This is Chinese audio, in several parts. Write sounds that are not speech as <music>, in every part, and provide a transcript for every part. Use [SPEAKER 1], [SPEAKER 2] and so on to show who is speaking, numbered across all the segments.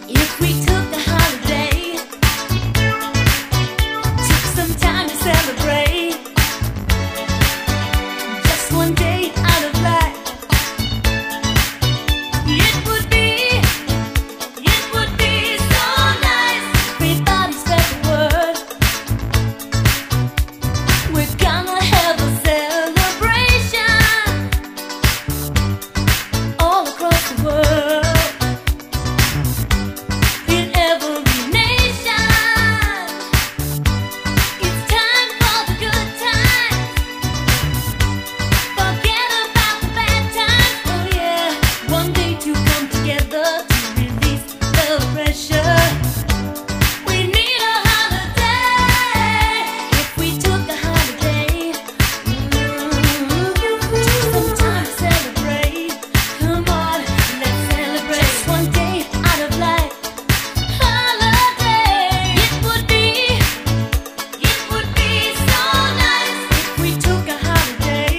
[SPEAKER 1] If we took a holiday, took some time to celebrate, just one day out of life, it would be, it would be so nice. Everybody spread the word. We're gonna have a celebration all across the world. In every nation, it's time for the good times. Forget about the bad times. Oh yeah, one day to come together to release the pressure. We need a holiday. If we took a holiday, some time to celebrate. Come on, let's celebrate. Just one day out of life. Holiday, it would be, it would be so nice if we took a holiday.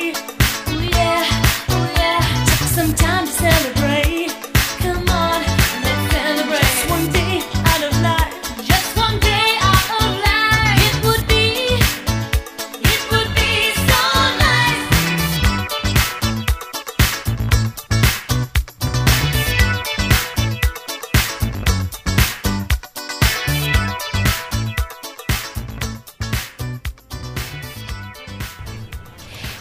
[SPEAKER 1] Oh yeah, oh yeah, took some time to celebrate. Come on, let's celebrate. Just one day out of life, just one day out of life. It would be, it would be so nice.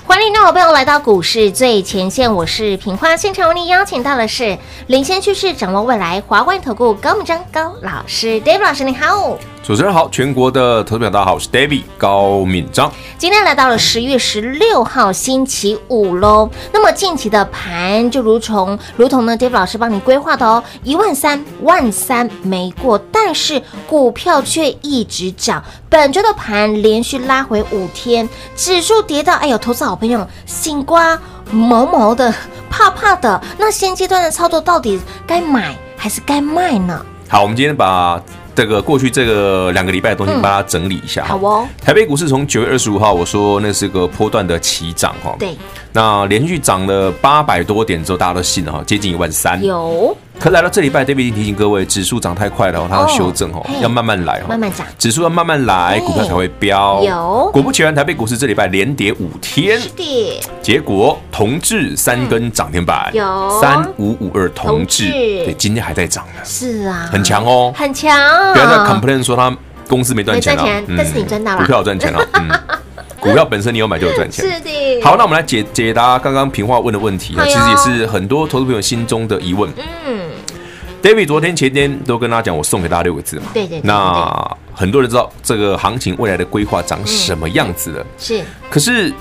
[SPEAKER 2] 欢迎各位朋友来到股市最前线，我是平花。现场为您邀请到的是领先趋势、掌握未来华冠投顾高敏章高老师，David 老师，你好。
[SPEAKER 3] 主持人好，全国的投资表大家好，我是 David 高敏章。
[SPEAKER 2] 今天来到了十月十六号星期五喽。那么近期的盘就如同如同呢，Dave 老师帮你规划的哦，一万三万三没过，但是股票却一直涨。本周的盘连续拉回五天，指数跌到，哎呦，投资好朋友心瓜毛毛的、怕怕的。那现阶段的操作到底该买还是该卖呢？
[SPEAKER 3] 好，我们今天把这个过去这个两个礼拜的东西
[SPEAKER 2] 嗯
[SPEAKER 3] 帮大家整理一下。
[SPEAKER 2] 好哦，
[SPEAKER 3] 台北股市从九月二十五号，我说那是个波段的起涨哈。
[SPEAKER 2] 对，
[SPEAKER 3] 那连续涨了八百多点之后，大家都信了哈，接近一万三。
[SPEAKER 2] 有
[SPEAKER 3] 可来到这礼拜，David 已经提醒各位，指数涨太快了哦，它要修正哦
[SPEAKER 2] 哦嘿，
[SPEAKER 3] 要慢慢来哦，
[SPEAKER 2] 慢慢涨哎
[SPEAKER 3] 指数要慢慢来，
[SPEAKER 2] 嘿
[SPEAKER 3] 股票才会飙。
[SPEAKER 2] 有
[SPEAKER 3] 果不其然，台北股市这礼拜连跌五天，
[SPEAKER 2] 是的，
[SPEAKER 3] 结果同志三根涨停板，
[SPEAKER 2] 有
[SPEAKER 3] 三五五二同
[SPEAKER 2] 同
[SPEAKER 3] 志，
[SPEAKER 2] 志
[SPEAKER 3] 对，今天还在涨呢，
[SPEAKER 2] 是啊，
[SPEAKER 3] 很强哦，
[SPEAKER 2] 很强，
[SPEAKER 3] 不要再 complain 说他公司没赚钱
[SPEAKER 2] 没赚
[SPEAKER 3] 了嗯
[SPEAKER 2] 钱，但是你赚到了
[SPEAKER 3] 股票有赚
[SPEAKER 2] <laughs>
[SPEAKER 3] 钱了，嗯，股票本身你有买就有赚钱，
[SPEAKER 2] 是的，
[SPEAKER 3] 好，那我们来解解答刚刚平话问的问题啊，
[SPEAKER 2] 哎
[SPEAKER 3] 其
[SPEAKER 2] 呦
[SPEAKER 3] 实也是很多投资朋友心中的疑问。
[SPEAKER 2] 嗯，
[SPEAKER 3] David 昨天前天都跟大家讲，我送给大家六个字嘛。
[SPEAKER 2] 对对对对
[SPEAKER 3] 那很多人知道这个行情未来的规划长什么样子了，
[SPEAKER 2] 是
[SPEAKER 3] 可是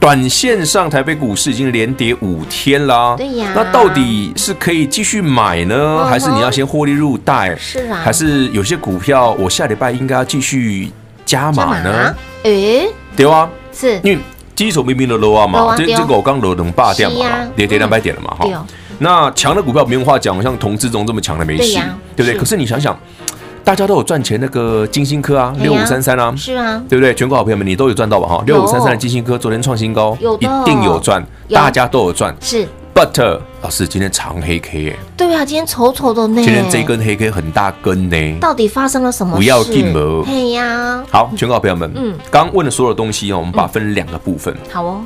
[SPEAKER 3] 短线上台北股市已经连跌五天啦。
[SPEAKER 2] 对呀嗯
[SPEAKER 3] 那到底是可以继续买呢，
[SPEAKER 2] 哼
[SPEAKER 3] 还是你要先获利入袋？
[SPEAKER 2] 是啊
[SPEAKER 3] 还是有些股票我下礼拜应该要继续加码
[SPEAKER 2] 啊
[SPEAKER 3] 呢？？
[SPEAKER 2] 诶，
[SPEAKER 3] 对啊，
[SPEAKER 2] 是
[SPEAKER 3] 因为基础明明的 low
[SPEAKER 2] 落
[SPEAKER 3] 啊嘛
[SPEAKER 2] 啊，
[SPEAKER 3] 这
[SPEAKER 2] 对哦
[SPEAKER 3] 这个我刚 low 能霸掉嘛
[SPEAKER 2] 是啊，
[SPEAKER 3] 跌跌两百点了嘛
[SPEAKER 2] 对哦
[SPEAKER 3] 哈。那强的股票没有话讲，像同志中这么强的没
[SPEAKER 2] 对
[SPEAKER 3] 事
[SPEAKER 2] 呀，
[SPEAKER 3] 对不对？
[SPEAKER 2] 是
[SPEAKER 3] 可是你想想，大家都有赚钱那个金星科啊，
[SPEAKER 2] 哎
[SPEAKER 3] 六
[SPEAKER 2] 呀
[SPEAKER 3] 五三三啊，
[SPEAKER 2] 是啊，
[SPEAKER 3] 对不对？全国好朋友们，你都有赚到吧？哈，
[SPEAKER 2] 有
[SPEAKER 3] 六五三三的金星科昨天创新高，
[SPEAKER 2] 有的
[SPEAKER 3] 一定有赚，
[SPEAKER 2] 有
[SPEAKER 3] 大家都有赚。
[SPEAKER 2] 是
[SPEAKER 3] But 呃老师今天长黑 K 耶，
[SPEAKER 2] 对啊，今天丑丑的呢，
[SPEAKER 3] 今天这根黑 K 很大根呢。
[SPEAKER 2] 到底发生了什么事？
[SPEAKER 3] 不要哦进门
[SPEAKER 2] 嘿呀，
[SPEAKER 3] 好，全国好朋友们，
[SPEAKER 2] 嗯
[SPEAKER 3] 嗯，刚问的所有东西哦，我们把它分两个部分。
[SPEAKER 2] 好哦，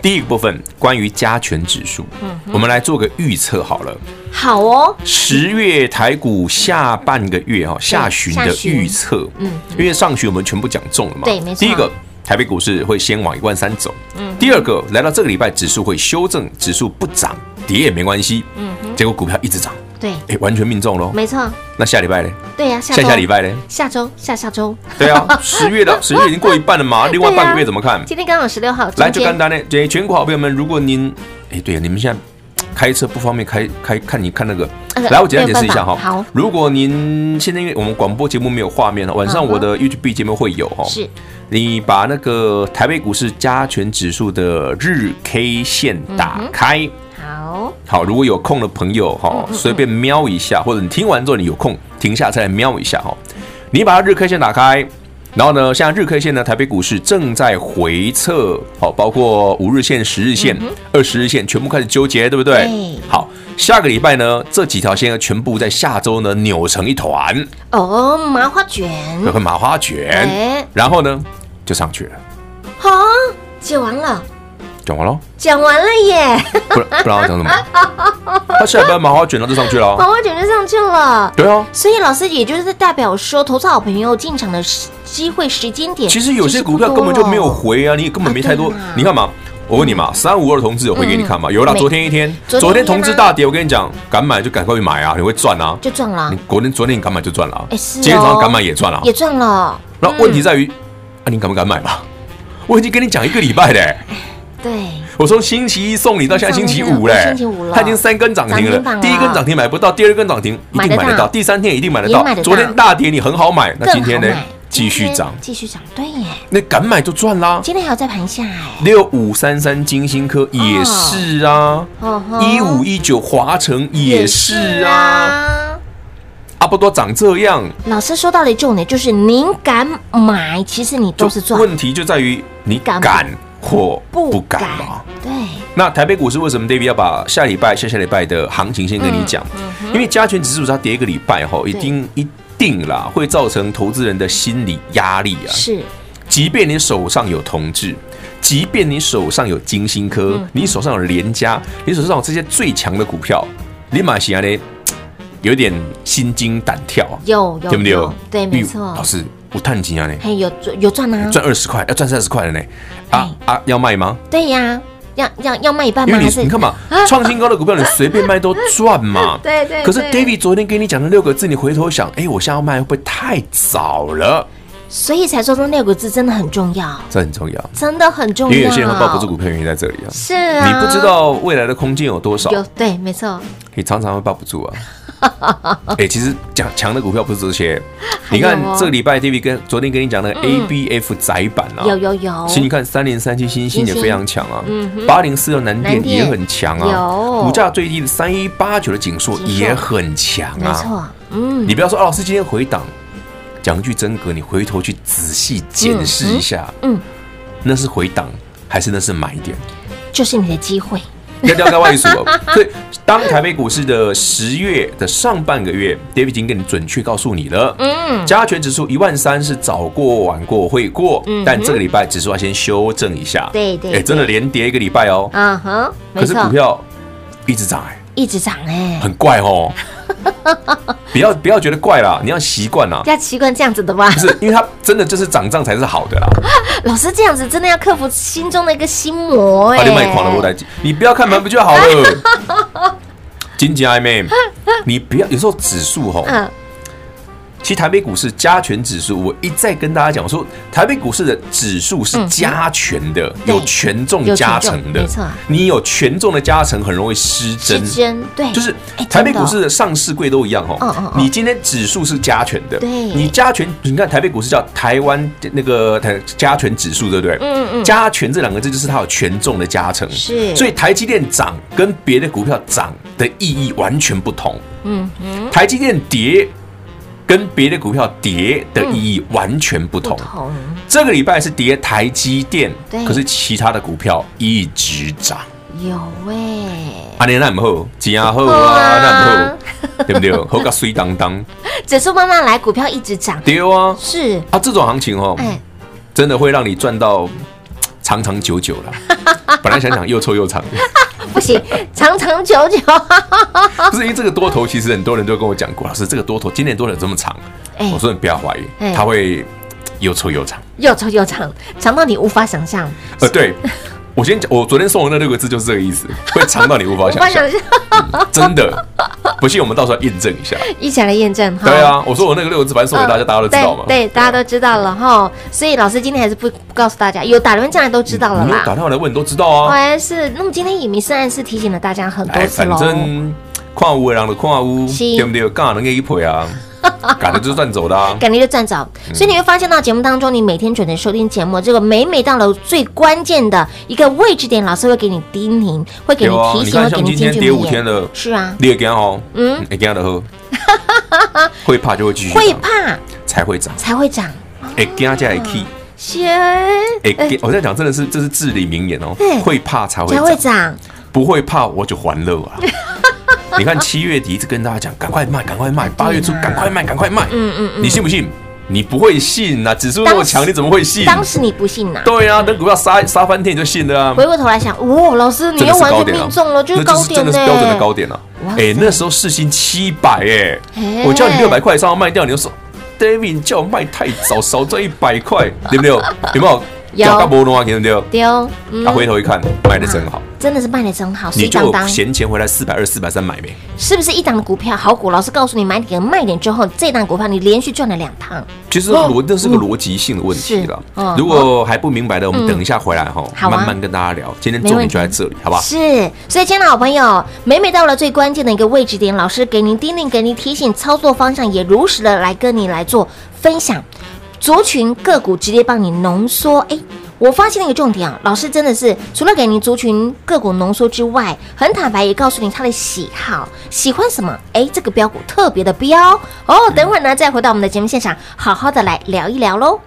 [SPEAKER 3] 第一个部分关于加权指数，
[SPEAKER 2] 嗯
[SPEAKER 3] 我们来做个预测好了。
[SPEAKER 2] 好哦，
[SPEAKER 3] 十月台股下半个月哈、下旬
[SPEAKER 2] 下
[SPEAKER 3] 的
[SPEAKER 2] 旬
[SPEAKER 3] 预测，
[SPEAKER 2] 嗯
[SPEAKER 3] 嗯，因为上旬我们全部讲中了嘛，
[SPEAKER 2] 对没错
[SPEAKER 3] 第一个，台北股市会先往一万三走，嗯，第二个，来到这个礼拜指数会修正，指数不涨跌也没关系，嗯，结果股票一直涨，
[SPEAKER 2] 对，
[SPEAKER 3] 哎，完全命中喽。
[SPEAKER 2] 没错，
[SPEAKER 3] 那下礼拜呢？
[SPEAKER 2] 对呀，下
[SPEAKER 3] 下
[SPEAKER 2] 周
[SPEAKER 3] 下礼拜呢？
[SPEAKER 2] 下周、下下周，
[SPEAKER 3] 对
[SPEAKER 2] <laughs>
[SPEAKER 3] 啊，十月的十月已经过一半了嘛，另外
[SPEAKER 2] 对啊
[SPEAKER 3] 半个月怎么看？
[SPEAKER 2] 今天刚好十六号，
[SPEAKER 3] 来，
[SPEAKER 2] 中
[SPEAKER 3] 就
[SPEAKER 2] 间
[SPEAKER 3] 简单呢，这全国好朋友们，如果您，哎，对，你们现在开车不方便开开看，你看那个
[SPEAKER 2] 呃，
[SPEAKER 3] 来，我简单解释一下
[SPEAKER 2] 没有办法好
[SPEAKER 3] 哈。如果您现在因为我们广播节目没有画面了，晚上我的 YouTube 节目会有哈。
[SPEAKER 2] 嗯是
[SPEAKER 3] 你把那个台北股市加权指数的日 K 线
[SPEAKER 2] 嗯
[SPEAKER 3] 打开。
[SPEAKER 2] 好，
[SPEAKER 3] 好，如果有空的朋友
[SPEAKER 2] 嗯
[SPEAKER 3] 哈，随便瞄一下，或者你听完之后你有空停下再来瞄一下哈。你把它日 K 线打开，然后呢，像日 K 线呢，台北股市正在回撤，好，包括五日线、十日线、二十日线全部开始纠结，对不对
[SPEAKER 2] 嗯对？
[SPEAKER 3] 好，下个礼拜呢，这几条线全部在下周呢扭成一团，
[SPEAKER 2] 哦，麻花
[SPEAKER 3] <laughs>
[SPEAKER 2] 卷，
[SPEAKER 3] 会麻花卷，
[SPEAKER 2] 哎，
[SPEAKER 3] 然后呢就上
[SPEAKER 2] <laughs>
[SPEAKER 3] 去了，
[SPEAKER 2] 好，解哦完了，
[SPEAKER 3] 讲完喽，
[SPEAKER 2] 讲完了耶，
[SPEAKER 3] 不然不然要讲什么？
[SPEAKER 2] <laughs>
[SPEAKER 3] 他下礼拜麻花卷了就上去了
[SPEAKER 2] 麻
[SPEAKER 3] 哦，
[SPEAKER 2] 花卷就上去了。
[SPEAKER 3] 对啊。
[SPEAKER 2] 所以老师也就是代表说，投资好朋友进场的时机会时间点，
[SPEAKER 3] 其实有些股票根本就没
[SPEAKER 2] 哦
[SPEAKER 3] 有回啊，你根本没太
[SPEAKER 2] 啊
[SPEAKER 3] 多
[SPEAKER 2] 对嘛。
[SPEAKER 3] 你看嘛，我问你嘛，三五二同志有回给你看吗？有啦，
[SPEAKER 2] 没
[SPEAKER 3] 昨天一天，
[SPEAKER 2] 昨天一天啊
[SPEAKER 3] 昨天同志大跌，我跟你讲，敢买就赶快去买啊，你会赚啊。
[SPEAKER 2] 就赚了
[SPEAKER 3] 你，昨天昨天你敢买就赚了啊，
[SPEAKER 2] 哎是哦
[SPEAKER 3] 今天早上敢买也赚了啊
[SPEAKER 2] 也。嗯赚了。
[SPEAKER 3] 那问题在于，啊，你敢不敢买嘛？ <laughs> 我已经跟你讲一个礼拜嘞、
[SPEAKER 2] <laughs> 对，
[SPEAKER 3] 我从星期一送你到现在星期五嘞、
[SPEAKER 2] 到星期五了
[SPEAKER 3] 它已经三根涨停
[SPEAKER 2] 涨停板了
[SPEAKER 3] 了。第一根涨停买不到，第二根涨停一
[SPEAKER 2] 买
[SPEAKER 3] 定
[SPEAKER 2] 得
[SPEAKER 3] 买得
[SPEAKER 2] 到
[SPEAKER 3] 到，第三天一定买得
[SPEAKER 2] 也
[SPEAKER 3] 到
[SPEAKER 2] 买得。到
[SPEAKER 3] 昨天大跌你很好买，那
[SPEAKER 2] 更
[SPEAKER 3] 今天呢
[SPEAKER 2] 好买
[SPEAKER 3] 继续涨，
[SPEAKER 2] 继续涨，对耶，
[SPEAKER 3] 那敢买就赚啦。
[SPEAKER 2] 今天还要再盘下哎，
[SPEAKER 3] 六五三三金星科也是啊，
[SPEAKER 2] 哦吼
[SPEAKER 3] 一五一九华城也是啊，，差不多长这样。
[SPEAKER 2] 老师说到的重点就是，您敢买，其实你都是
[SPEAKER 3] 就
[SPEAKER 2] 赚，
[SPEAKER 3] 问题就在于你
[SPEAKER 2] 敢不
[SPEAKER 3] 敢或不敢嘛。
[SPEAKER 2] 对，
[SPEAKER 3] 那台北股市为什么 David 要把下礼拜、下下礼拜的行情先跟你讲？因为加权指数它跌一个礼拜后，一定一定啦，会造成投资人的心理压力啊。
[SPEAKER 2] 是
[SPEAKER 3] 即便你手上有同志，即便你手上有金星科，
[SPEAKER 2] 嗯
[SPEAKER 3] 你手上有联家，你手上有这些最强的股票，你马西亚呢，有点心惊胆跳啊，
[SPEAKER 2] 有有
[SPEAKER 3] 对不对
[SPEAKER 2] 有？对，没
[SPEAKER 3] 哎呦
[SPEAKER 2] 错
[SPEAKER 3] 老，师，我探钱啊呢，
[SPEAKER 2] 嘿，有有赚啊，
[SPEAKER 3] 赚二十块，要赚三十块了呢，啊啊，要卖吗？
[SPEAKER 2] 对呀，要要哎要卖一半
[SPEAKER 3] 因
[SPEAKER 2] 吗？
[SPEAKER 3] 为
[SPEAKER 2] 还
[SPEAKER 3] 你
[SPEAKER 2] 是
[SPEAKER 3] 你
[SPEAKER 2] <laughs>
[SPEAKER 3] 看嘛，创新高的股票你随便卖都赚嘛。
[SPEAKER 2] 对对对
[SPEAKER 3] 可是 David 昨天给你讲的六个字，你回头想，哎，我现在要卖会不会太早了？
[SPEAKER 2] 所以才说说六个字真的很重要，
[SPEAKER 3] 这很重要，
[SPEAKER 2] 真的很重
[SPEAKER 3] 因
[SPEAKER 2] 要。
[SPEAKER 3] 为有些人会抱不住股票，原因在这里啊。
[SPEAKER 2] 是啊，
[SPEAKER 3] 你不知道未来的空间有多少，
[SPEAKER 2] 有对，没错，
[SPEAKER 3] 你常常会抱不住啊。
[SPEAKER 2] <laughs>
[SPEAKER 3] 哎、其实讲强的股票不是这些，你看
[SPEAKER 2] 还有哦嗯
[SPEAKER 3] 这个礼拜 David 跟昨天跟你讲那个 ABF 窄板啊，
[SPEAKER 2] 有有有，
[SPEAKER 3] 其实你看三零三七星星也
[SPEAKER 2] 星星
[SPEAKER 3] 非常强啊，八零四六南
[SPEAKER 2] 南
[SPEAKER 3] 电
[SPEAKER 2] 电
[SPEAKER 3] 也很强
[SPEAKER 2] 有
[SPEAKER 3] 啊，股价最低的三一八九的景硕
[SPEAKER 2] 景硕
[SPEAKER 3] 也很强
[SPEAKER 2] 没
[SPEAKER 3] 啊。
[SPEAKER 2] 错，嗯，
[SPEAKER 3] 你不要说、啊、老师今天回档，讲一句真格，你回头去仔细检视一下，
[SPEAKER 2] 嗯嗯
[SPEAKER 3] 那是回档还是那是买点？
[SPEAKER 2] 就是你的机会，
[SPEAKER 3] 要掉在外数哦。 <laughs> 所以，当台北股市的十月的上半个月，David 已经跟你准确告诉你了。
[SPEAKER 2] 嗯，
[SPEAKER 3] 加权指数一万三是早过晚过会过，但这个礼拜指数要先修正一下。
[SPEAKER 2] 嗯对对
[SPEAKER 3] 哎，真的连跌一个礼拜哦。
[SPEAKER 2] 嗯哼，没
[SPEAKER 3] 可是股
[SPEAKER 2] 错，
[SPEAKER 3] 票一直涨，哎，
[SPEAKER 2] 一直涨哎，
[SPEAKER 3] 很怪哦。
[SPEAKER 2] <laughs>
[SPEAKER 3] 不要不要觉得怪啦，你要习惯啦。
[SPEAKER 2] 要习惯这样子的吧
[SPEAKER 3] 不？是，因为它真的就是涨涨才是好的啦。
[SPEAKER 2] 老师这样子真的要克服心中的一个心魔哎、
[SPEAKER 3] 把啊你卖狂了，我来，你不要看盘不就好了？
[SPEAKER 2] <laughs>
[SPEAKER 3] 金姐暧昧，你不要有时候指数吼，
[SPEAKER 2] 嗯，
[SPEAKER 3] 其实台北股市加权指数，我一再跟大家讲，我说台北股市的指数是加权的，嗯
[SPEAKER 2] 对
[SPEAKER 3] 有权重加成
[SPEAKER 2] 有权重
[SPEAKER 3] 的，
[SPEAKER 2] 没错
[SPEAKER 3] 你有权重的加成，很容易失
[SPEAKER 2] 是
[SPEAKER 3] 真。
[SPEAKER 2] 真对，
[SPEAKER 3] 就是
[SPEAKER 2] 哎
[SPEAKER 3] 台北
[SPEAKER 2] 真的哦
[SPEAKER 3] 股市的上市柜都一样
[SPEAKER 2] 嗯嗯
[SPEAKER 3] 哦，
[SPEAKER 2] 嗯
[SPEAKER 3] 你今天指数是加权的，
[SPEAKER 2] 对
[SPEAKER 3] 你加权，你看台北股市叫台湾那个台加权指数，对不对？
[SPEAKER 2] 嗯嗯
[SPEAKER 3] 加权这两个字就是它有权重的加成，
[SPEAKER 2] 是
[SPEAKER 3] 所以台积电涨跟别的股票涨的意义完全不同。
[SPEAKER 2] 嗯嗯，
[SPEAKER 3] 台积电跌。跟别的股票跌的意义完全不
[SPEAKER 2] 不
[SPEAKER 3] 同。
[SPEAKER 2] 同，
[SPEAKER 3] 这个礼拜是跌台积电
[SPEAKER 2] 对，
[SPEAKER 3] 可是其他的股票一直涨。
[SPEAKER 2] 有哎喂、
[SPEAKER 3] 阿莲那唔好，吉阿好
[SPEAKER 2] 好
[SPEAKER 3] 啊，那
[SPEAKER 2] 啊
[SPEAKER 3] 唔好，对
[SPEAKER 2] <laughs>
[SPEAKER 3] 不对？好个水当当，
[SPEAKER 2] 指数慢慢来，股票一直涨，
[SPEAKER 3] 对啊。
[SPEAKER 2] 是，
[SPEAKER 3] 啊，这种行情哦，
[SPEAKER 2] 哎，
[SPEAKER 3] 真的会让你赚到长长久久
[SPEAKER 2] <laughs>
[SPEAKER 3] 了。本来想想又臭又长，
[SPEAKER 2] 不行，长长久久，
[SPEAKER 3] 不是因为这个多头，其实很多人都跟我讲过，老师这个多头今年多头这么长，
[SPEAKER 2] 哎
[SPEAKER 3] 我说你不要怀疑
[SPEAKER 2] 哎，
[SPEAKER 3] 它会又臭又长。
[SPEAKER 2] 又臭又长，长到你无法想象，
[SPEAKER 3] 呃，对。我先讲，我昨天送的那六个字就是这
[SPEAKER 2] <laughs>
[SPEAKER 3] 个意思，会长到你无法
[SPEAKER 2] 无法
[SPEAKER 3] 想象
[SPEAKER 2] 想，象，
[SPEAKER 3] 真的。不信我们到时候验证
[SPEAKER 2] <laughs>
[SPEAKER 3] 一下。
[SPEAKER 2] 一起来验证哈。
[SPEAKER 3] 对啊，我说我那个六个字，反正送给大家，
[SPEAKER 2] 嗯
[SPEAKER 3] 大家都知道嘛。啊
[SPEAKER 2] 对，对大家都知道了哈。所以老师今天还是不不告诉大家，有打电话进来都知道了
[SPEAKER 3] 你有
[SPEAKER 2] 啦
[SPEAKER 3] 打。电话来问，你都知道啊。
[SPEAKER 2] 哎，是，那么今天以明是暗示提醒了大家很多
[SPEAKER 3] 哎，
[SPEAKER 2] 次
[SPEAKER 3] 反
[SPEAKER 2] 喽。
[SPEAKER 3] 正跨屋的人就跨屋，
[SPEAKER 2] 是
[SPEAKER 3] 对不对？干哪能给一
[SPEAKER 2] <laughs>
[SPEAKER 3] 赔啊？赶的就是赚走的啊。
[SPEAKER 2] 感觉就赚着。所以你会发现到节目当中，你每天准时收听节目，这个每每到了最关键的一个位置点，老师会给你叮咛，会给你
[SPEAKER 3] 有啊，
[SPEAKER 2] 提
[SPEAKER 3] 你
[SPEAKER 2] 醒，
[SPEAKER 3] 看
[SPEAKER 2] 会给
[SPEAKER 3] 像
[SPEAKER 2] 你
[SPEAKER 3] 今
[SPEAKER 2] 金
[SPEAKER 3] 天
[SPEAKER 2] 句
[SPEAKER 3] 跌五
[SPEAKER 2] 名
[SPEAKER 3] 天
[SPEAKER 2] 言。
[SPEAKER 3] 了，
[SPEAKER 2] 是啊，
[SPEAKER 3] 你也惊哦，
[SPEAKER 2] 嗯
[SPEAKER 3] 嗯，会惊
[SPEAKER 2] <laughs>
[SPEAKER 3] 的喝，会怕就会继续
[SPEAKER 2] 会
[SPEAKER 3] 涨，
[SPEAKER 2] 怕
[SPEAKER 3] 才会涨，
[SPEAKER 2] 才会涨。
[SPEAKER 3] 会惊才会 key，
[SPEAKER 2] 先
[SPEAKER 3] 会惊我在讲真的是这是至理名言哦
[SPEAKER 2] 嗯哎对，
[SPEAKER 3] 会怕才会
[SPEAKER 2] 才会嗯
[SPEAKER 3] 涨，
[SPEAKER 2] 涨，
[SPEAKER 3] 不会怕我就还乐
[SPEAKER 2] <laughs>
[SPEAKER 3] 啊。你看七月底一直跟大家讲，赶快卖，赶快卖，八月初赶快卖，赶快卖，
[SPEAKER 2] 嗯嗯嗯。
[SPEAKER 3] 你信不信？你不会信呐，指数那
[SPEAKER 2] 当
[SPEAKER 3] 么
[SPEAKER 2] 时
[SPEAKER 3] 强，你怎么会信？
[SPEAKER 2] 当时你不信呐，
[SPEAKER 3] 对啊，等股票杀杀翻天你就信了啊。
[SPEAKER 2] 回过头来想，哇，老师你
[SPEAKER 3] 真的
[SPEAKER 2] 又
[SPEAKER 3] 是
[SPEAKER 2] 完
[SPEAKER 3] 高
[SPEAKER 2] 全
[SPEAKER 3] 点啊
[SPEAKER 2] 命中了，就是
[SPEAKER 3] 那
[SPEAKER 2] 高点
[SPEAKER 3] 真的
[SPEAKER 2] 呢。
[SPEAKER 3] 是标准的高点啊
[SPEAKER 2] 哇！
[SPEAKER 3] 哎、那时候市心七百
[SPEAKER 2] 哎
[SPEAKER 3] 哎，我叫你六百块以上要卖掉，你就说 David 你叫我卖太早，少赚一百块，对不对？有没有？
[SPEAKER 2] 有
[SPEAKER 3] 掉到波动啊，对不对？
[SPEAKER 2] 丢，
[SPEAKER 3] 他、
[SPEAKER 2] 嗯，
[SPEAKER 3] 回头一看，卖的真好，
[SPEAKER 2] 真的嗯是卖的真好，
[SPEAKER 3] 你
[SPEAKER 2] 水
[SPEAKER 3] 就
[SPEAKER 2] 当
[SPEAKER 3] 有
[SPEAKER 2] 当。
[SPEAKER 3] 闲钱回来四百二、四百三买没？
[SPEAKER 2] 是不是一档的股票好股？老师告诉你买点跟卖点之后，这档股票你连续赚了两趟。
[SPEAKER 3] 其实逻这是个逻辑性的问题了
[SPEAKER 2] 是嗯。
[SPEAKER 3] 如果还不明白的，我们
[SPEAKER 2] 嗯
[SPEAKER 3] 等一下回来哈，
[SPEAKER 2] 好啊
[SPEAKER 3] 慢慢跟大家聊。今天
[SPEAKER 2] 没
[SPEAKER 3] 重
[SPEAKER 2] 问
[SPEAKER 3] 点
[SPEAKER 2] 题
[SPEAKER 3] 就在这里，好不好？
[SPEAKER 2] 是，所以亲爱的好朋友，每每到了最关键的一个位置点，老师给您叮咛，给您提醒，操作方向也如实的来跟你来做分享。族群个股直接帮你浓缩，哎。我发现了一个重点啊，老师真的是除了给您族群个股浓缩之外，很坦白也告诉你他的喜好，喜欢什么？哎，这个标股特别的标哦。等会儿呢，再回到我们的节目现场，好好的来聊一聊喽。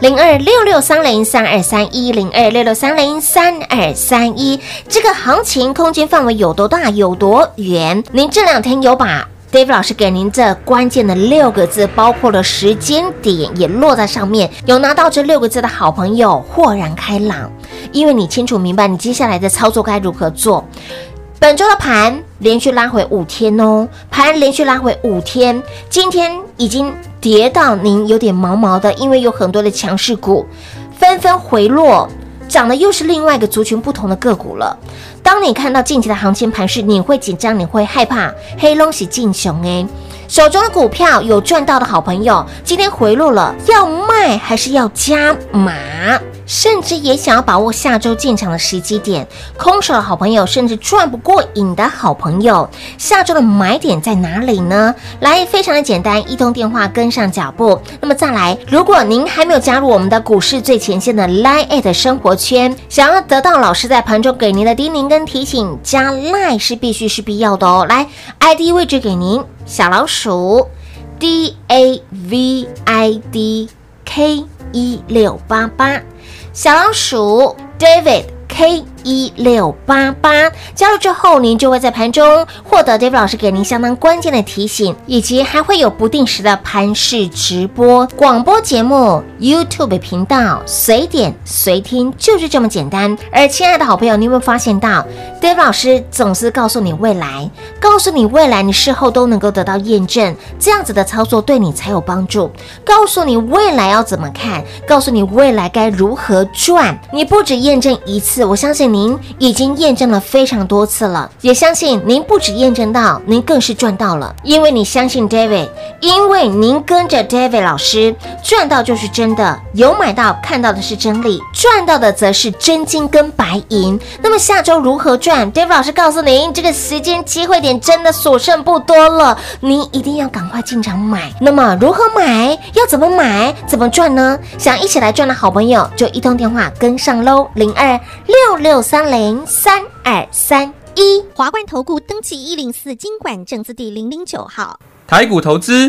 [SPEAKER 2] 零二六六三零三二三一零二六六三零三二三一，这个行情空间范围有多大，有多远？您这两天有把 Dave 老师给您这关键的六个字，包括了时间点，也落在上面。有拿到这六个字的好朋友，豁然开朗，因为你清楚明白你接下来的操作该如何做。本周的盘连续拉回五天哦，盘连续拉回五天，今天已经跌到您有点毛毛的，因为有很多的强势股纷纷回落，涨的又是另外一个族群不同的个股了。当你看到近期的行情盘势，你会紧张，你会害怕，黑龙喜进熊哎。手中的股票有赚到的好朋友，今天回落了，要卖还是要加码？甚至也想要把握下周进场的时机点，空手的好朋友，甚至赚不过瘾的好朋友，下周的买点在哪里呢？来，非常的简单，一通电话跟上脚步。那么再来，如果您还没有加入我们的股市最前线的 Line at 生活圈，想要得到老师在盘中给您的叮咛跟提醒，加 Line 是必须是必要的哦。来，ID 位置给您，小老鼠 D A V I D K 一六八八。小老鼠 David K 一六八八加入之后，您就会在盘中获得 David 老师给您相当关键的提醒，以及还会有不定时的盘式直播、广播节目、YouTube 频道，随点随听，就是这么简单。而亲爱的好朋友，你有没有发现到 David 老师总是告诉你未来，告诉你未来，你事后都能够得到验证，这样子的操作对你才有帮助。告诉你未来要怎么看，告诉你未来该如何赚。你不止验证一次，我相信您已经验证了非常多次了，也相信您不止验证到，您更是赚到了，因为你相信 David，因为您跟着 David 老师赚到就是真的，有买到看到的是真理，赚到的则是真金跟白银。那么下周如何赚？David 老师告诉您，这个时间机会点真的所剩不多了，您一定要赶快进场买。那么如何买？要怎么买？怎么赚呢？想一起来赚的好朋友，就一通电话跟上喽，零二六六三零三二三一。
[SPEAKER 4] 华冠投顾登记一零四经管证字第零零九号，
[SPEAKER 5] 台股投资，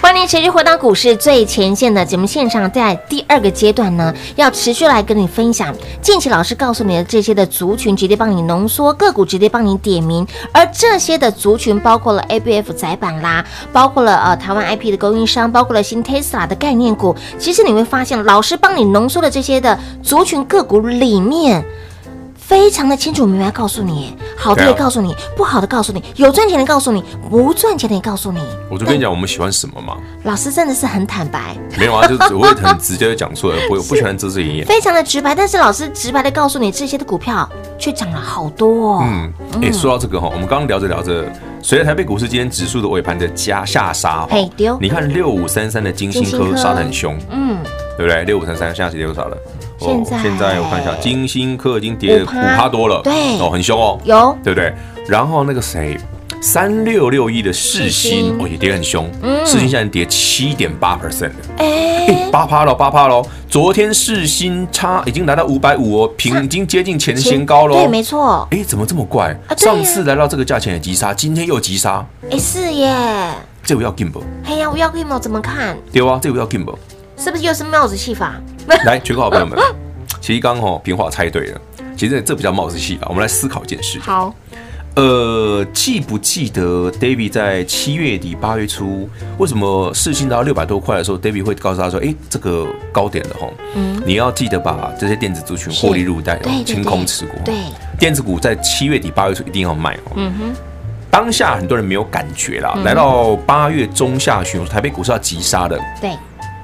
[SPEAKER 2] 欢迎持续回到股市最前线的节目现场，在第二个阶段呢，要持续来跟你分享近期老师告诉你的这些的族群，直接帮你浓缩个股，直接帮你点名。而这些的族群包括了 A B F 窄板啦，包括了呃台湾 I P 的供应商，包括了新 Tesla 的概念股。其实你会发现，老师帮你浓缩的这些的族群个股里面。非常的清楚明白告诉你，好的也
[SPEAKER 3] 对啊
[SPEAKER 2] 告诉你，不好的告诉你，有赚钱的告诉你，不赚钱的也告诉你。
[SPEAKER 3] 我就跟你讲，我们喜欢什么嘛？
[SPEAKER 2] 老师真的是很坦白，
[SPEAKER 3] 没有啊，就是我会很直接的讲出来，我不不喜欢遮遮掩掩。
[SPEAKER 2] 非常的直白，但是老师直白的告诉你，这些的股票却涨了好多、哦。
[SPEAKER 3] 嗯，哎、说到这个哈，我们刚刚聊着聊着，随着台北股市今天指数的尾盘的加下杀哈
[SPEAKER 2] 嘿对哦，
[SPEAKER 3] 你看六五三三的金星
[SPEAKER 2] 金星
[SPEAKER 3] 科
[SPEAKER 2] 科
[SPEAKER 3] 杀的很凶，
[SPEAKER 2] 嗯
[SPEAKER 3] 对不对？六五三三现在几点多少了？哦
[SPEAKER 2] 现在
[SPEAKER 3] 现在我看一下，金星科已经跌了五
[SPEAKER 2] 5%
[SPEAKER 3] 趴多了，
[SPEAKER 2] 对
[SPEAKER 3] 哦，很凶哦，
[SPEAKER 2] 有
[SPEAKER 3] 对不对？然后那个谁，三六六一的世
[SPEAKER 2] 世
[SPEAKER 3] 新
[SPEAKER 2] 新
[SPEAKER 3] 哦也跌很凶，
[SPEAKER 2] 嗯
[SPEAKER 3] 世新现在跌七点八 percent
[SPEAKER 2] 哎、
[SPEAKER 3] 八趴喽，八趴喽。昨天世新差已经来到五百五哦，平已经接近前
[SPEAKER 2] 前
[SPEAKER 3] 新高喽。
[SPEAKER 2] 啊对，没错，
[SPEAKER 3] 哎，怎么这么怪？
[SPEAKER 2] 啊对呀
[SPEAKER 3] 上次来到这个价钱也急杀，今天又急杀，
[SPEAKER 2] 哎、是耶。
[SPEAKER 3] 这个要 g i m b
[SPEAKER 2] 嘿呀，我要给你们怎么看？
[SPEAKER 3] 对吧？这个要 g i m b
[SPEAKER 2] 是不是又是帽子戏法？
[SPEAKER 3] 来，全国好朋友们，其实刚哦，平话猜对了。其实这比较冒失戏吧，我们来思考一件事。
[SPEAKER 2] 好，
[SPEAKER 3] 呃，记不记得 David 在七月底八月初，为什么市信达到六百多块的时候，David 会告诉他说：“哎、这个高点了吼，你要记得把这些电子族群获利入袋哦
[SPEAKER 2] 嗯对对，对
[SPEAKER 3] 清空持股。
[SPEAKER 2] 对，嗯
[SPEAKER 3] 电子股在七月底八月初一定要卖哦。当下很多人没有感觉啦，来到八月中下旬，台北股市要急杀的，
[SPEAKER 2] 对，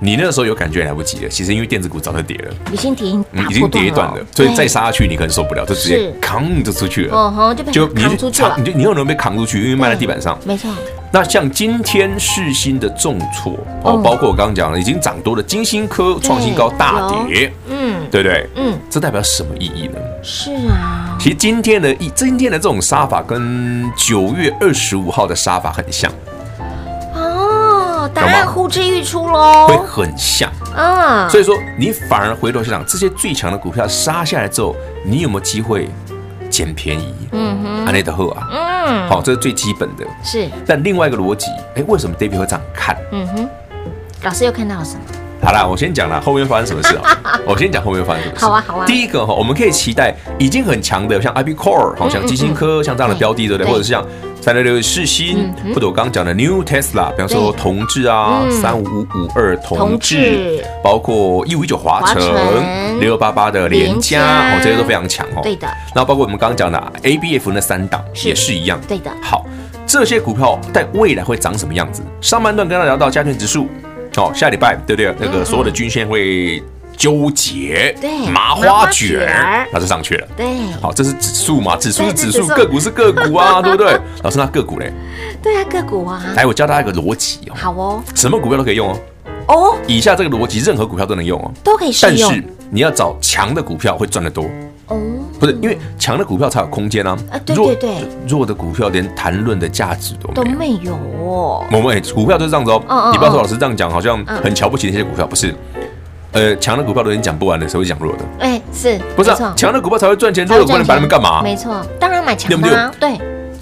[SPEAKER 3] 你那时候有感觉也来不及了。其实因为电子股早就跌了，
[SPEAKER 2] 已经跌打
[SPEAKER 3] 嗯，已
[SPEAKER 2] 破
[SPEAKER 3] 经跌断了，所以再杀下去你可能受不了，就直接
[SPEAKER 2] 是
[SPEAKER 3] 扛就出去
[SPEAKER 2] 对，哦
[SPEAKER 3] 了，
[SPEAKER 2] 吼，就被
[SPEAKER 3] 就
[SPEAKER 2] 扛出去了
[SPEAKER 3] 你，就你有能被扛出去，因为卖在地板上。
[SPEAKER 2] 没错，
[SPEAKER 3] 那像今天世新的重挫哦，
[SPEAKER 2] 嗯
[SPEAKER 3] 包括我刚刚讲了，已经涨多的金星科创新高大跌，
[SPEAKER 2] 嗯
[SPEAKER 3] 对不对？
[SPEAKER 2] 嗯，
[SPEAKER 3] 这代表什么意义呢？
[SPEAKER 2] 是啊，
[SPEAKER 3] 其实今天的一今天的这种杀法跟九月二十五号的杀法很像，
[SPEAKER 2] 哦，答
[SPEAKER 3] 干
[SPEAKER 2] 案
[SPEAKER 3] 嘛
[SPEAKER 2] 呼之欲出
[SPEAKER 3] 会
[SPEAKER 2] 喽，
[SPEAKER 3] 很像。
[SPEAKER 2] 啊，
[SPEAKER 3] 所以说，你反而回头想想，这些最强的股票杀下来之后，你有没有机会捡便宜？
[SPEAKER 2] 嗯哼，
[SPEAKER 3] 安内的后啊，
[SPEAKER 2] 嗯，
[SPEAKER 3] 好，这是最基本的。
[SPEAKER 2] 是，
[SPEAKER 3] 但另外一个逻辑，哎，为什么 David 会这样看？
[SPEAKER 2] 嗯哼，老师又看到了什么？
[SPEAKER 3] 好啦，我先讲啦，后面发生什么事
[SPEAKER 2] <laughs>
[SPEAKER 3] 啊？我先讲后面发生什么事。
[SPEAKER 2] 好啊好啊
[SPEAKER 3] 第一个哈，我们可以期待已经很强的，像 IP Core，好像基星科，像这样的标的，对不
[SPEAKER 2] 嗯
[SPEAKER 3] 对？
[SPEAKER 2] 对
[SPEAKER 3] 或者是像三六六世新
[SPEAKER 2] 嗯，
[SPEAKER 3] 或者我刚刚讲的 New Tesla，比方说
[SPEAKER 2] 对
[SPEAKER 3] 同志啊，
[SPEAKER 2] 嗯
[SPEAKER 3] 三五五二同
[SPEAKER 2] 同
[SPEAKER 3] 志
[SPEAKER 2] 志，
[SPEAKER 3] 包括一五一九华
[SPEAKER 2] 华
[SPEAKER 3] 晨，
[SPEAKER 2] 晨
[SPEAKER 3] 六六八八的联
[SPEAKER 2] 联
[SPEAKER 3] 家，
[SPEAKER 2] 家
[SPEAKER 3] 哦，这些都非常强哦。
[SPEAKER 2] 对的。
[SPEAKER 3] 那包括我们刚刚讲的 ABF 那三档
[SPEAKER 2] 是
[SPEAKER 3] 也是一样。
[SPEAKER 2] 对的
[SPEAKER 3] 好，这些股票在未来会长什么样子？上半段跟大家聊到加权指数，哦，下礼拜对不对？那个所有的均线会纠结，
[SPEAKER 2] 对
[SPEAKER 3] 麻
[SPEAKER 2] 麻
[SPEAKER 3] 花
[SPEAKER 2] 花
[SPEAKER 3] 卷
[SPEAKER 2] 卷儿，
[SPEAKER 3] 那就上去了。
[SPEAKER 2] 对，
[SPEAKER 3] 好，这是指数嘛？指数是
[SPEAKER 2] 对
[SPEAKER 3] 指
[SPEAKER 2] 这
[SPEAKER 3] 数，
[SPEAKER 2] 指数
[SPEAKER 3] 个股是个
[SPEAKER 2] <laughs>
[SPEAKER 3] 股啊，对不对？老师，那个股嘞？
[SPEAKER 2] 对啊，个股啊，
[SPEAKER 3] 来，我教大家一个逻辑哦，
[SPEAKER 2] 好哦，
[SPEAKER 3] 什么股票都可以用哦。
[SPEAKER 2] 哦，
[SPEAKER 3] 以下这个逻辑，任何股票都能用哦。
[SPEAKER 2] 都可以试
[SPEAKER 3] 但
[SPEAKER 2] 用
[SPEAKER 3] 是你要找强的股票会赚得多，
[SPEAKER 2] 哦。
[SPEAKER 3] 不是因为强的股票才有空间啊
[SPEAKER 2] 啊。对
[SPEAKER 3] 弱
[SPEAKER 2] 对对
[SPEAKER 3] 弱的股票连谈论的价值都
[SPEAKER 2] 都
[SPEAKER 3] 没有。
[SPEAKER 2] 没有哦。
[SPEAKER 3] 我们、欸、股票就是这样子哦，
[SPEAKER 2] 嗯嗯
[SPEAKER 3] 你不要说
[SPEAKER 2] 嗯
[SPEAKER 3] 老师这样讲，好像
[SPEAKER 2] 嗯
[SPEAKER 3] 很瞧不起那些股票，不是？呃，强的股票都已经讲不完了，谁会讲弱的？
[SPEAKER 2] 哎，是，
[SPEAKER 3] 不是、
[SPEAKER 2] 没错
[SPEAKER 3] 啊，强的股票才会赚钱，弱
[SPEAKER 2] 才会
[SPEAKER 3] 的股票
[SPEAKER 2] 赚钱
[SPEAKER 3] 你把他们干嘛？
[SPEAKER 2] 没错，当然买强
[SPEAKER 3] 对不
[SPEAKER 2] 的啊，对，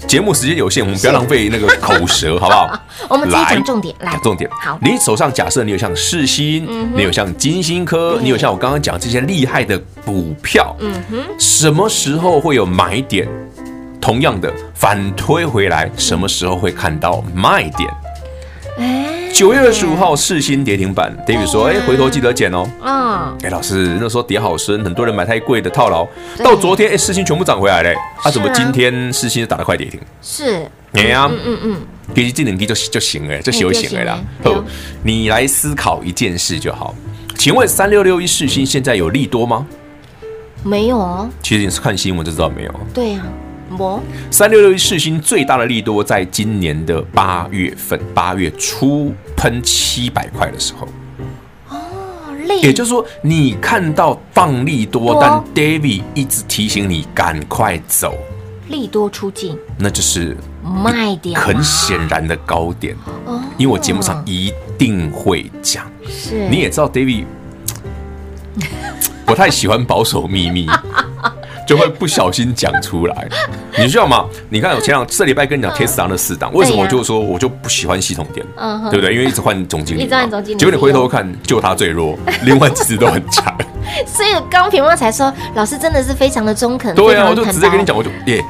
[SPEAKER 3] 节目时间有限，我们不要浪费那个口
[SPEAKER 2] <laughs>
[SPEAKER 3] 舌，好不好？
[SPEAKER 2] 啊我们直接
[SPEAKER 3] 来
[SPEAKER 2] 讲重点，来
[SPEAKER 3] 讲，重点。
[SPEAKER 2] 好嗯
[SPEAKER 3] 你手上假设你有像世新，你有像金星科，
[SPEAKER 2] 对
[SPEAKER 3] 你有像我刚刚讲这些厉害的股票，
[SPEAKER 2] 嗯哼，
[SPEAKER 3] 什么时候会有买点？同样的反推回来，什么时候会看到卖点？
[SPEAKER 2] 哎，
[SPEAKER 3] 九月二十五号，世新跌停板，David 说：“哎，回头记得减哦。”
[SPEAKER 2] 嗯，
[SPEAKER 3] 哎，老师，那时候跌好深，很多人买太贵的套牢，到昨天哎，世新全部涨回来嘞。啊，怎么今天世新打得快跌停？
[SPEAKER 2] 是，
[SPEAKER 3] 哎呀，
[SPEAKER 2] 嗯嗯，哎
[SPEAKER 3] 其实这两题就就行了，就修行了啦。
[SPEAKER 2] 嗯就行了
[SPEAKER 3] 哦，你来思考一件事就好。请问三六六一世新现在有利多吗？
[SPEAKER 2] 没有哦，
[SPEAKER 3] 其实你是看新闻就知道没有。
[SPEAKER 2] 对啊呀、我
[SPEAKER 3] 三六六一世新最大的利多在今年的八月份，八月初喷七百块的时候，
[SPEAKER 2] 哦累，
[SPEAKER 3] 也就是说你看到放利多，
[SPEAKER 2] 多
[SPEAKER 3] 但 David 一直提醒你赶快走，
[SPEAKER 2] 利多出尽，
[SPEAKER 3] 那就是
[SPEAKER 2] 卖掉啊，
[SPEAKER 3] 很显然的高点，
[SPEAKER 2] 哦，
[SPEAKER 3] 因为我节目上一定会讲。
[SPEAKER 2] 是
[SPEAKER 3] 你也知道 David 不太喜欢保守秘
[SPEAKER 2] <laughs>
[SPEAKER 3] 密，就会不小心讲出来。你知道吗？你看我前两这礼拜跟你讲 Tesla 那四档，为什么我就说我就不喜欢系统点
[SPEAKER 2] 嗯，哼
[SPEAKER 3] 对不对？因为一直换总经理嘛，
[SPEAKER 2] 一直换总经理
[SPEAKER 3] 结果你回头看，就他最
[SPEAKER 2] <laughs>
[SPEAKER 3] 弱，另外几只都很强。
[SPEAKER 2] 所以刚评论才说老师真的是非常的中肯，
[SPEAKER 3] 对
[SPEAKER 2] 非常
[SPEAKER 3] 啊，
[SPEAKER 2] 地
[SPEAKER 3] 我就
[SPEAKER 2] 坦
[SPEAKER 3] 直接跟
[SPEAKER 2] 白
[SPEAKER 3] 你讲，我就耶。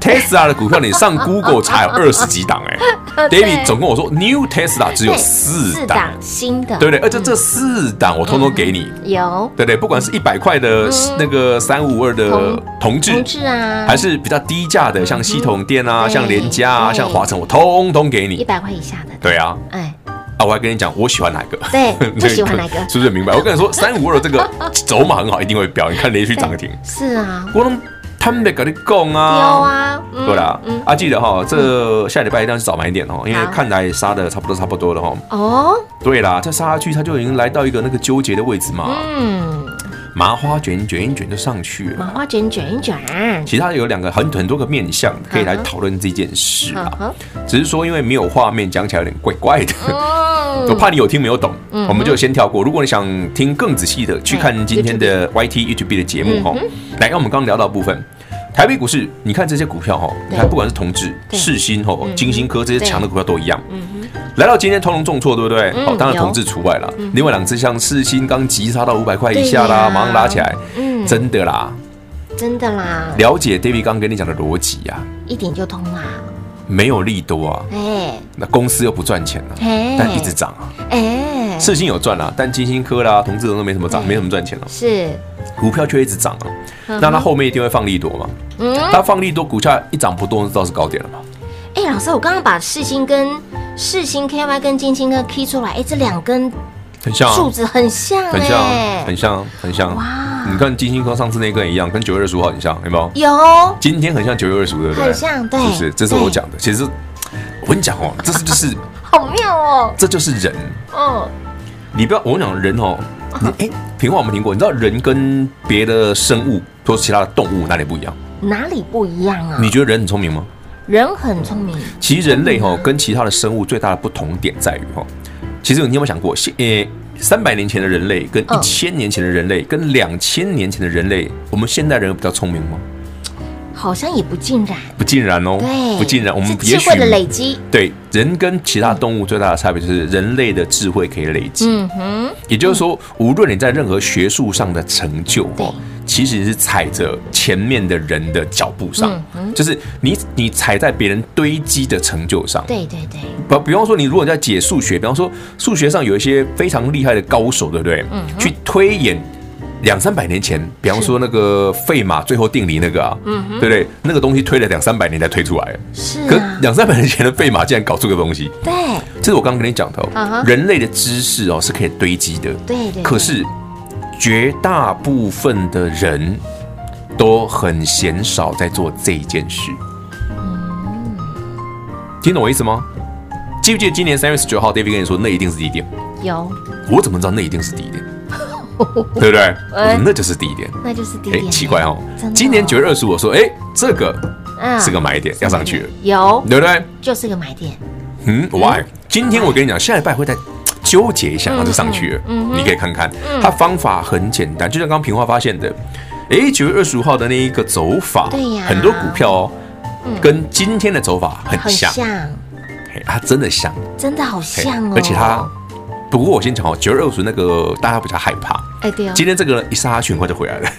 [SPEAKER 3] Tesla 的股票，你上 Google 查有二十几档
[SPEAKER 2] <laughs>
[SPEAKER 3] 哎、David 总跟我说，New Tesla 只有
[SPEAKER 2] 对
[SPEAKER 3] 四
[SPEAKER 2] 哦四
[SPEAKER 3] 档，
[SPEAKER 2] 档新的，
[SPEAKER 3] 对不对？而且这四档我通通给你，
[SPEAKER 2] 有
[SPEAKER 3] 对不对？不管是一百块的那个三五二的同志
[SPEAKER 2] 嗯同，志啊，嗯
[SPEAKER 3] 还是比较低价的，像系统店啊，
[SPEAKER 2] 对
[SPEAKER 3] 像联家啊，
[SPEAKER 2] 对
[SPEAKER 3] 像华晨，我通通给
[SPEAKER 2] 一
[SPEAKER 3] 你。
[SPEAKER 2] 百块以下的，
[SPEAKER 3] 对啊，
[SPEAKER 2] 哎，
[SPEAKER 3] 啊，我还跟你讲，我喜欢哪
[SPEAKER 2] <laughs>
[SPEAKER 3] 个？ <laughs>
[SPEAKER 2] 对
[SPEAKER 3] 那个
[SPEAKER 2] 不喜欢哪个
[SPEAKER 3] 是不是明白？我跟你说，三五二
[SPEAKER 2] <laughs>
[SPEAKER 3] 这个走马很好，一定会飙。你看连续涨停，
[SPEAKER 2] 是啊，
[SPEAKER 3] 我能他们得跟你讲
[SPEAKER 2] 丢
[SPEAKER 3] 啊。
[SPEAKER 2] 啊，嗯
[SPEAKER 3] 对啦，
[SPEAKER 2] 嗯，
[SPEAKER 3] 啊，记得哈，这下礼拜一定要去早买一点哦，因为
[SPEAKER 2] 好
[SPEAKER 3] 看来杀的差不多差不多了哈。
[SPEAKER 2] 哦，
[SPEAKER 3] 对啦，再杀下去它就已经来到一个那个纠结的位置嘛，
[SPEAKER 2] 嗯，
[SPEAKER 3] 麻花卷一卷一卷就上去了。
[SPEAKER 2] 麻花卷卷一卷，
[SPEAKER 3] 其他有两个很很多个面向可以来
[SPEAKER 2] 嗯哼
[SPEAKER 3] 讨论这件事
[SPEAKER 2] 嗯
[SPEAKER 3] 啊，
[SPEAKER 2] 哼，
[SPEAKER 3] 只是说因为没有画面，讲起来有点怪怪的。我
[SPEAKER 2] 嗯，
[SPEAKER 3] 怕你有听没有懂，
[SPEAKER 2] 嗯哼嗯
[SPEAKER 3] 我们就先跳过。如果你想听更仔细的，去看今天的 YT YouTube 的节目哈。来，那我们刚刚聊到的部分，台北股市，你看这些股票哈，你看不管是同志、
[SPEAKER 2] 对嗯
[SPEAKER 3] 世新哈、金星科这些
[SPEAKER 2] 对
[SPEAKER 3] 强的股票都一样。
[SPEAKER 2] 嗯
[SPEAKER 3] 来到今天通通重挫，对不对？
[SPEAKER 2] 嗯
[SPEAKER 3] 哦，当然
[SPEAKER 2] 有嗯
[SPEAKER 3] 同志除外啦。另外两只像世新刚急杀到五百块以下啦，
[SPEAKER 2] 对呀
[SPEAKER 3] 马上拉起来，
[SPEAKER 2] 嗯
[SPEAKER 3] 真的啦。
[SPEAKER 2] 哼，真的啦，
[SPEAKER 3] 了解 David 刚跟你讲的逻辑呀、
[SPEAKER 2] 一点就通啦，
[SPEAKER 3] 没有利多啊，
[SPEAKER 2] 哎，
[SPEAKER 3] 那公司又不赚钱啊，
[SPEAKER 2] 嘿
[SPEAKER 3] 但一直涨啊。
[SPEAKER 2] 哎，
[SPEAKER 3] 世新有赚啦、但金星科啦、同志都没什么涨，没什么赚钱了、
[SPEAKER 2] 是，
[SPEAKER 3] 股票却一直涨啊。那它后面一定会放利多嘛？
[SPEAKER 2] 嗯，
[SPEAKER 3] 它放利多，股价一涨不动，知道是高点了嘛？
[SPEAKER 2] 哎，老师，我刚刚把世星跟世星 KY 跟金星跟 K 出来，哎，这两根
[SPEAKER 3] 很像、
[SPEAKER 2] 数
[SPEAKER 3] 啊，
[SPEAKER 2] 字很像，
[SPEAKER 3] 很像啊，
[SPEAKER 2] 哎
[SPEAKER 3] 很像啊，很像啊。
[SPEAKER 2] 哇
[SPEAKER 3] 你看金星科上次那根也一样，跟九月二十五号很像，有没有？
[SPEAKER 2] 有，
[SPEAKER 3] 今天很像九月二十五，对不对？
[SPEAKER 2] 很像对
[SPEAKER 3] 是不是？这是我
[SPEAKER 2] 对
[SPEAKER 3] 讲的。其实我跟你讲哦，这是就是
[SPEAKER 2] 好妙哦，
[SPEAKER 3] 这就是人，
[SPEAKER 2] 嗯，
[SPEAKER 3] 你不要，我跟你讲人哦，你
[SPEAKER 2] 啊
[SPEAKER 3] 哎，平话我们听过，你知道人跟别的生物或其他的动物哪里不一样？
[SPEAKER 2] 哪里不一样啊？
[SPEAKER 3] 你觉得人很聪明吗？
[SPEAKER 2] 人很聪明，
[SPEAKER 3] 其实人类哈、跟其他的生物最大的不同点在于哈、其实你有没有想过，现呃三百年前的人类跟
[SPEAKER 2] 嗯
[SPEAKER 3] 一千年前的人类跟两千年前的人类，我们现代人有比较聪明吗？
[SPEAKER 2] 好像也不尽然，
[SPEAKER 3] 不尽然哦，
[SPEAKER 2] 对，
[SPEAKER 3] 不尽然，我们
[SPEAKER 2] 是
[SPEAKER 3] 也
[SPEAKER 2] 智
[SPEAKER 3] 许
[SPEAKER 2] 慧的累积，
[SPEAKER 3] 对人跟其他动物最大的差别就是人类的智慧可以累积，
[SPEAKER 2] 嗯哼，
[SPEAKER 3] 也就是说，无论你在任何学术上的成就
[SPEAKER 2] 对
[SPEAKER 3] 哦，其实是踩着前面的人的脚步上
[SPEAKER 2] 嗯，嗯
[SPEAKER 3] 就是你你踩在别人堆积的成就上。
[SPEAKER 2] 对对对，
[SPEAKER 3] 不，比方说你如果在解数学，比方说数学上有一些非常厉害的高手，对不对？嗯，去推演。两三百年前，比方说那个费马最后定理那个啊，嗯、对不对？那个东西推了两三百年才推出来，
[SPEAKER 2] 是
[SPEAKER 3] 可
[SPEAKER 2] 啊，
[SPEAKER 3] 两三百年前的费马竟然搞出个东西，
[SPEAKER 2] 对
[SPEAKER 3] 这是我刚刚跟你讲的、哦
[SPEAKER 2] 嗯哼
[SPEAKER 3] 人类的知识哦是可以堆积的，
[SPEAKER 2] 对对，
[SPEAKER 3] 可是绝大部分的人都很鲜少在做这一件事。听懂我意思吗？记不记得今年三月十九号，David 跟你说那一定是低点？
[SPEAKER 2] 有，
[SPEAKER 3] 我怎么知道那一定是低点？对不对？我说那就是低点。
[SPEAKER 2] 那就是低
[SPEAKER 3] 哎，
[SPEAKER 2] 点，
[SPEAKER 3] 奇怪哦
[SPEAKER 2] 真的哦，
[SPEAKER 3] 今年九月二十五，我说哎，这个
[SPEAKER 2] 嗯
[SPEAKER 3] 是个买点，要上去了，
[SPEAKER 2] 有，
[SPEAKER 3] 对不对？
[SPEAKER 2] 就是个买点，
[SPEAKER 3] 嗯，why？今天我跟你讲，下礼拜会再纠结一下，
[SPEAKER 2] 嗯
[SPEAKER 3] 啊然后就上去了。你可以看看，它方法很简单，就像刚刚平花发现的，诶，九月二十五号的那一个走法，
[SPEAKER 2] 对呀嗯
[SPEAKER 3] 很多股票哦，跟今天的走法很
[SPEAKER 2] 很
[SPEAKER 3] 像，
[SPEAKER 2] 像，
[SPEAKER 3] 嘿它真的像，
[SPEAKER 2] 真的好
[SPEAKER 3] 嘿
[SPEAKER 2] 像哦，
[SPEAKER 3] 而且它。不过我先讲哦，九月二十那个大家比较害怕，
[SPEAKER 2] 哎对哦，
[SPEAKER 3] 今天这个一杀下去很快就回来了，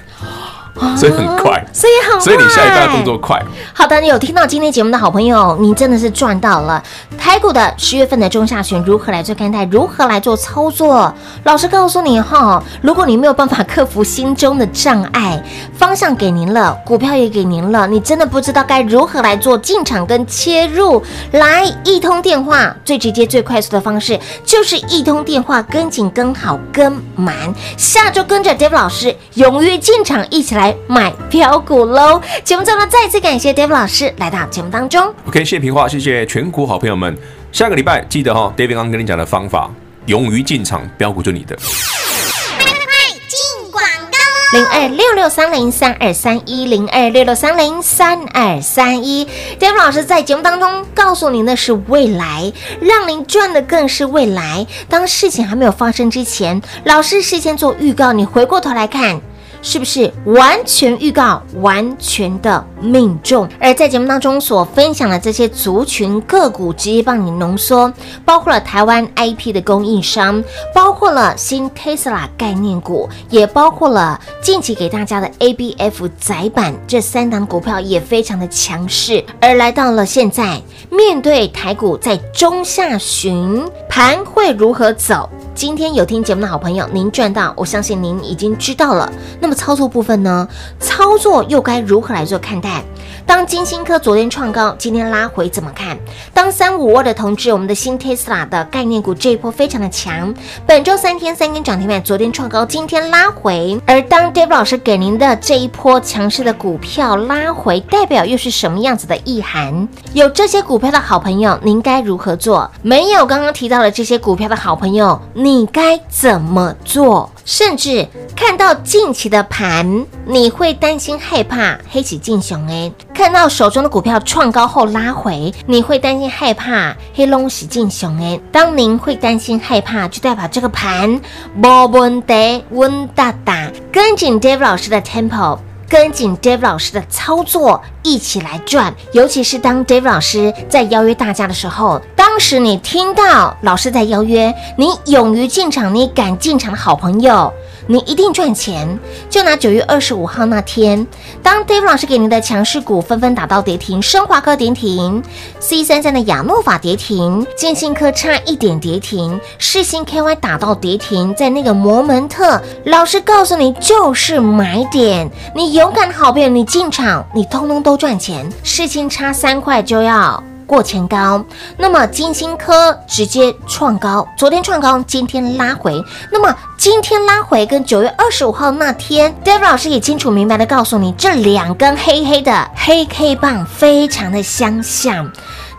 [SPEAKER 3] <laughs> 所以很快
[SPEAKER 2] 哦，所以很快。
[SPEAKER 3] 所以你下一半动作快，
[SPEAKER 2] 好的，有听到今天节目的好朋友，你真的是赚到了。台股的十月份的中下旬如何来做看待，如何来做操作？老师告诉你哈，如果你没有办法克服心中的障碍，方向给您了，股票也给您了，你真的不知道该如何来做进场跟切入。来一通电话，最直接、最快速的方式就是一通电话，跟紧、跟好、跟满。下周跟着 Dave 老师踊跃进场，一起来买标股喽！节目最后再次感谢 Dave 老师来到节目当中。
[SPEAKER 3] OK，谢谢平话，谢谢全国好朋友们。下个礼拜记得哈、d a v i d 刚刚跟你讲的方法，勇于进场，标股就你的。
[SPEAKER 2] 零二六六三零三二三一零二六六三零三二三一。David 老师在节目当中告诉您的是未来，让您赚的更是未来。当事情还没有发生之前，老师事先做预告，你回过头来看。是不是完全预告、完全的命中？而在节目当中所分享的这些族群个股，直接帮你浓缩，包括了台湾 IP 的供应商，包括了新 Tesla 概念股，也包括了近期给大家的 ABF 窄板这三档股票也非常的强势。而来到了现在，面对台股在中下旬盘会如何走？今天有听节目的好朋友，您赚到，我相信您已经知道了。那么操作部分呢？操作又该如何来做看待？当金星科昨天创高，今天拉回怎么看？当三五二的同志，我们的新 Tesla 的概念股这一波非常的强，本周三天三根涨停板，昨天创高，今天拉回。而当 Dave 老师给您的这一波强势的股票拉回，代表又是什么样子的意涵？有这些股票的好朋友，您该如何做？没有刚刚提到的这些股票的好朋友，你该怎么做？甚至看到近期的盘，你会担心害怕黑起进熊诶；看到手中的股票创高后拉回，你会担心害怕黑龙喜进熊诶。欸当您会担心害怕，就代表这个盘波温得温大大，跟紧 Dave 老师的 tempo。跟紧 Dave 老师的操作，一起来赚。尤其是当 Dave 老师在邀约大家的时候，当时你听到老师在邀约，你勇于进场，你敢进场的好朋友，你一定赚钱。就拿九月二十五号那天，当 Dave 老师给您的强势股纷纷打到跌停，升华科跌停，C 三三的亚诺法跌停，建信科差一点跌停，世星 KY 打到跌停，在那个摩门特，老师告诉你就是买点，你勇敢的好朋友，你进场，你通通都赚钱，世星差三块就要。过前高，那么金星科直接创高，昨天创高，今天拉回。那么今天拉回跟九月二十五号那天，David 老师也清楚明白的告诉你，这两根黑黑的黑 K 棒非常的相像。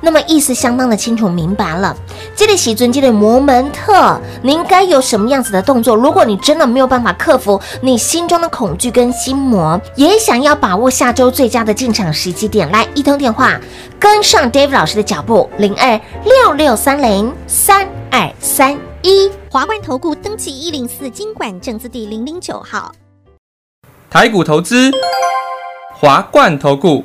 [SPEAKER 2] 那么意思相当的清楚明白了。这类喜尊，这类摩门特，你应该有什么样子的动作？如果你真的没有办法克服你心中的恐惧跟心魔，也想要把握下周最佳的进场时机点，来一通电话跟上 Dave 老师的脚步，零二六六三零三二三一。
[SPEAKER 4] 华冠投顾登记一零四经管证字第零零九号。
[SPEAKER 5] 台股投资，华冠投顾。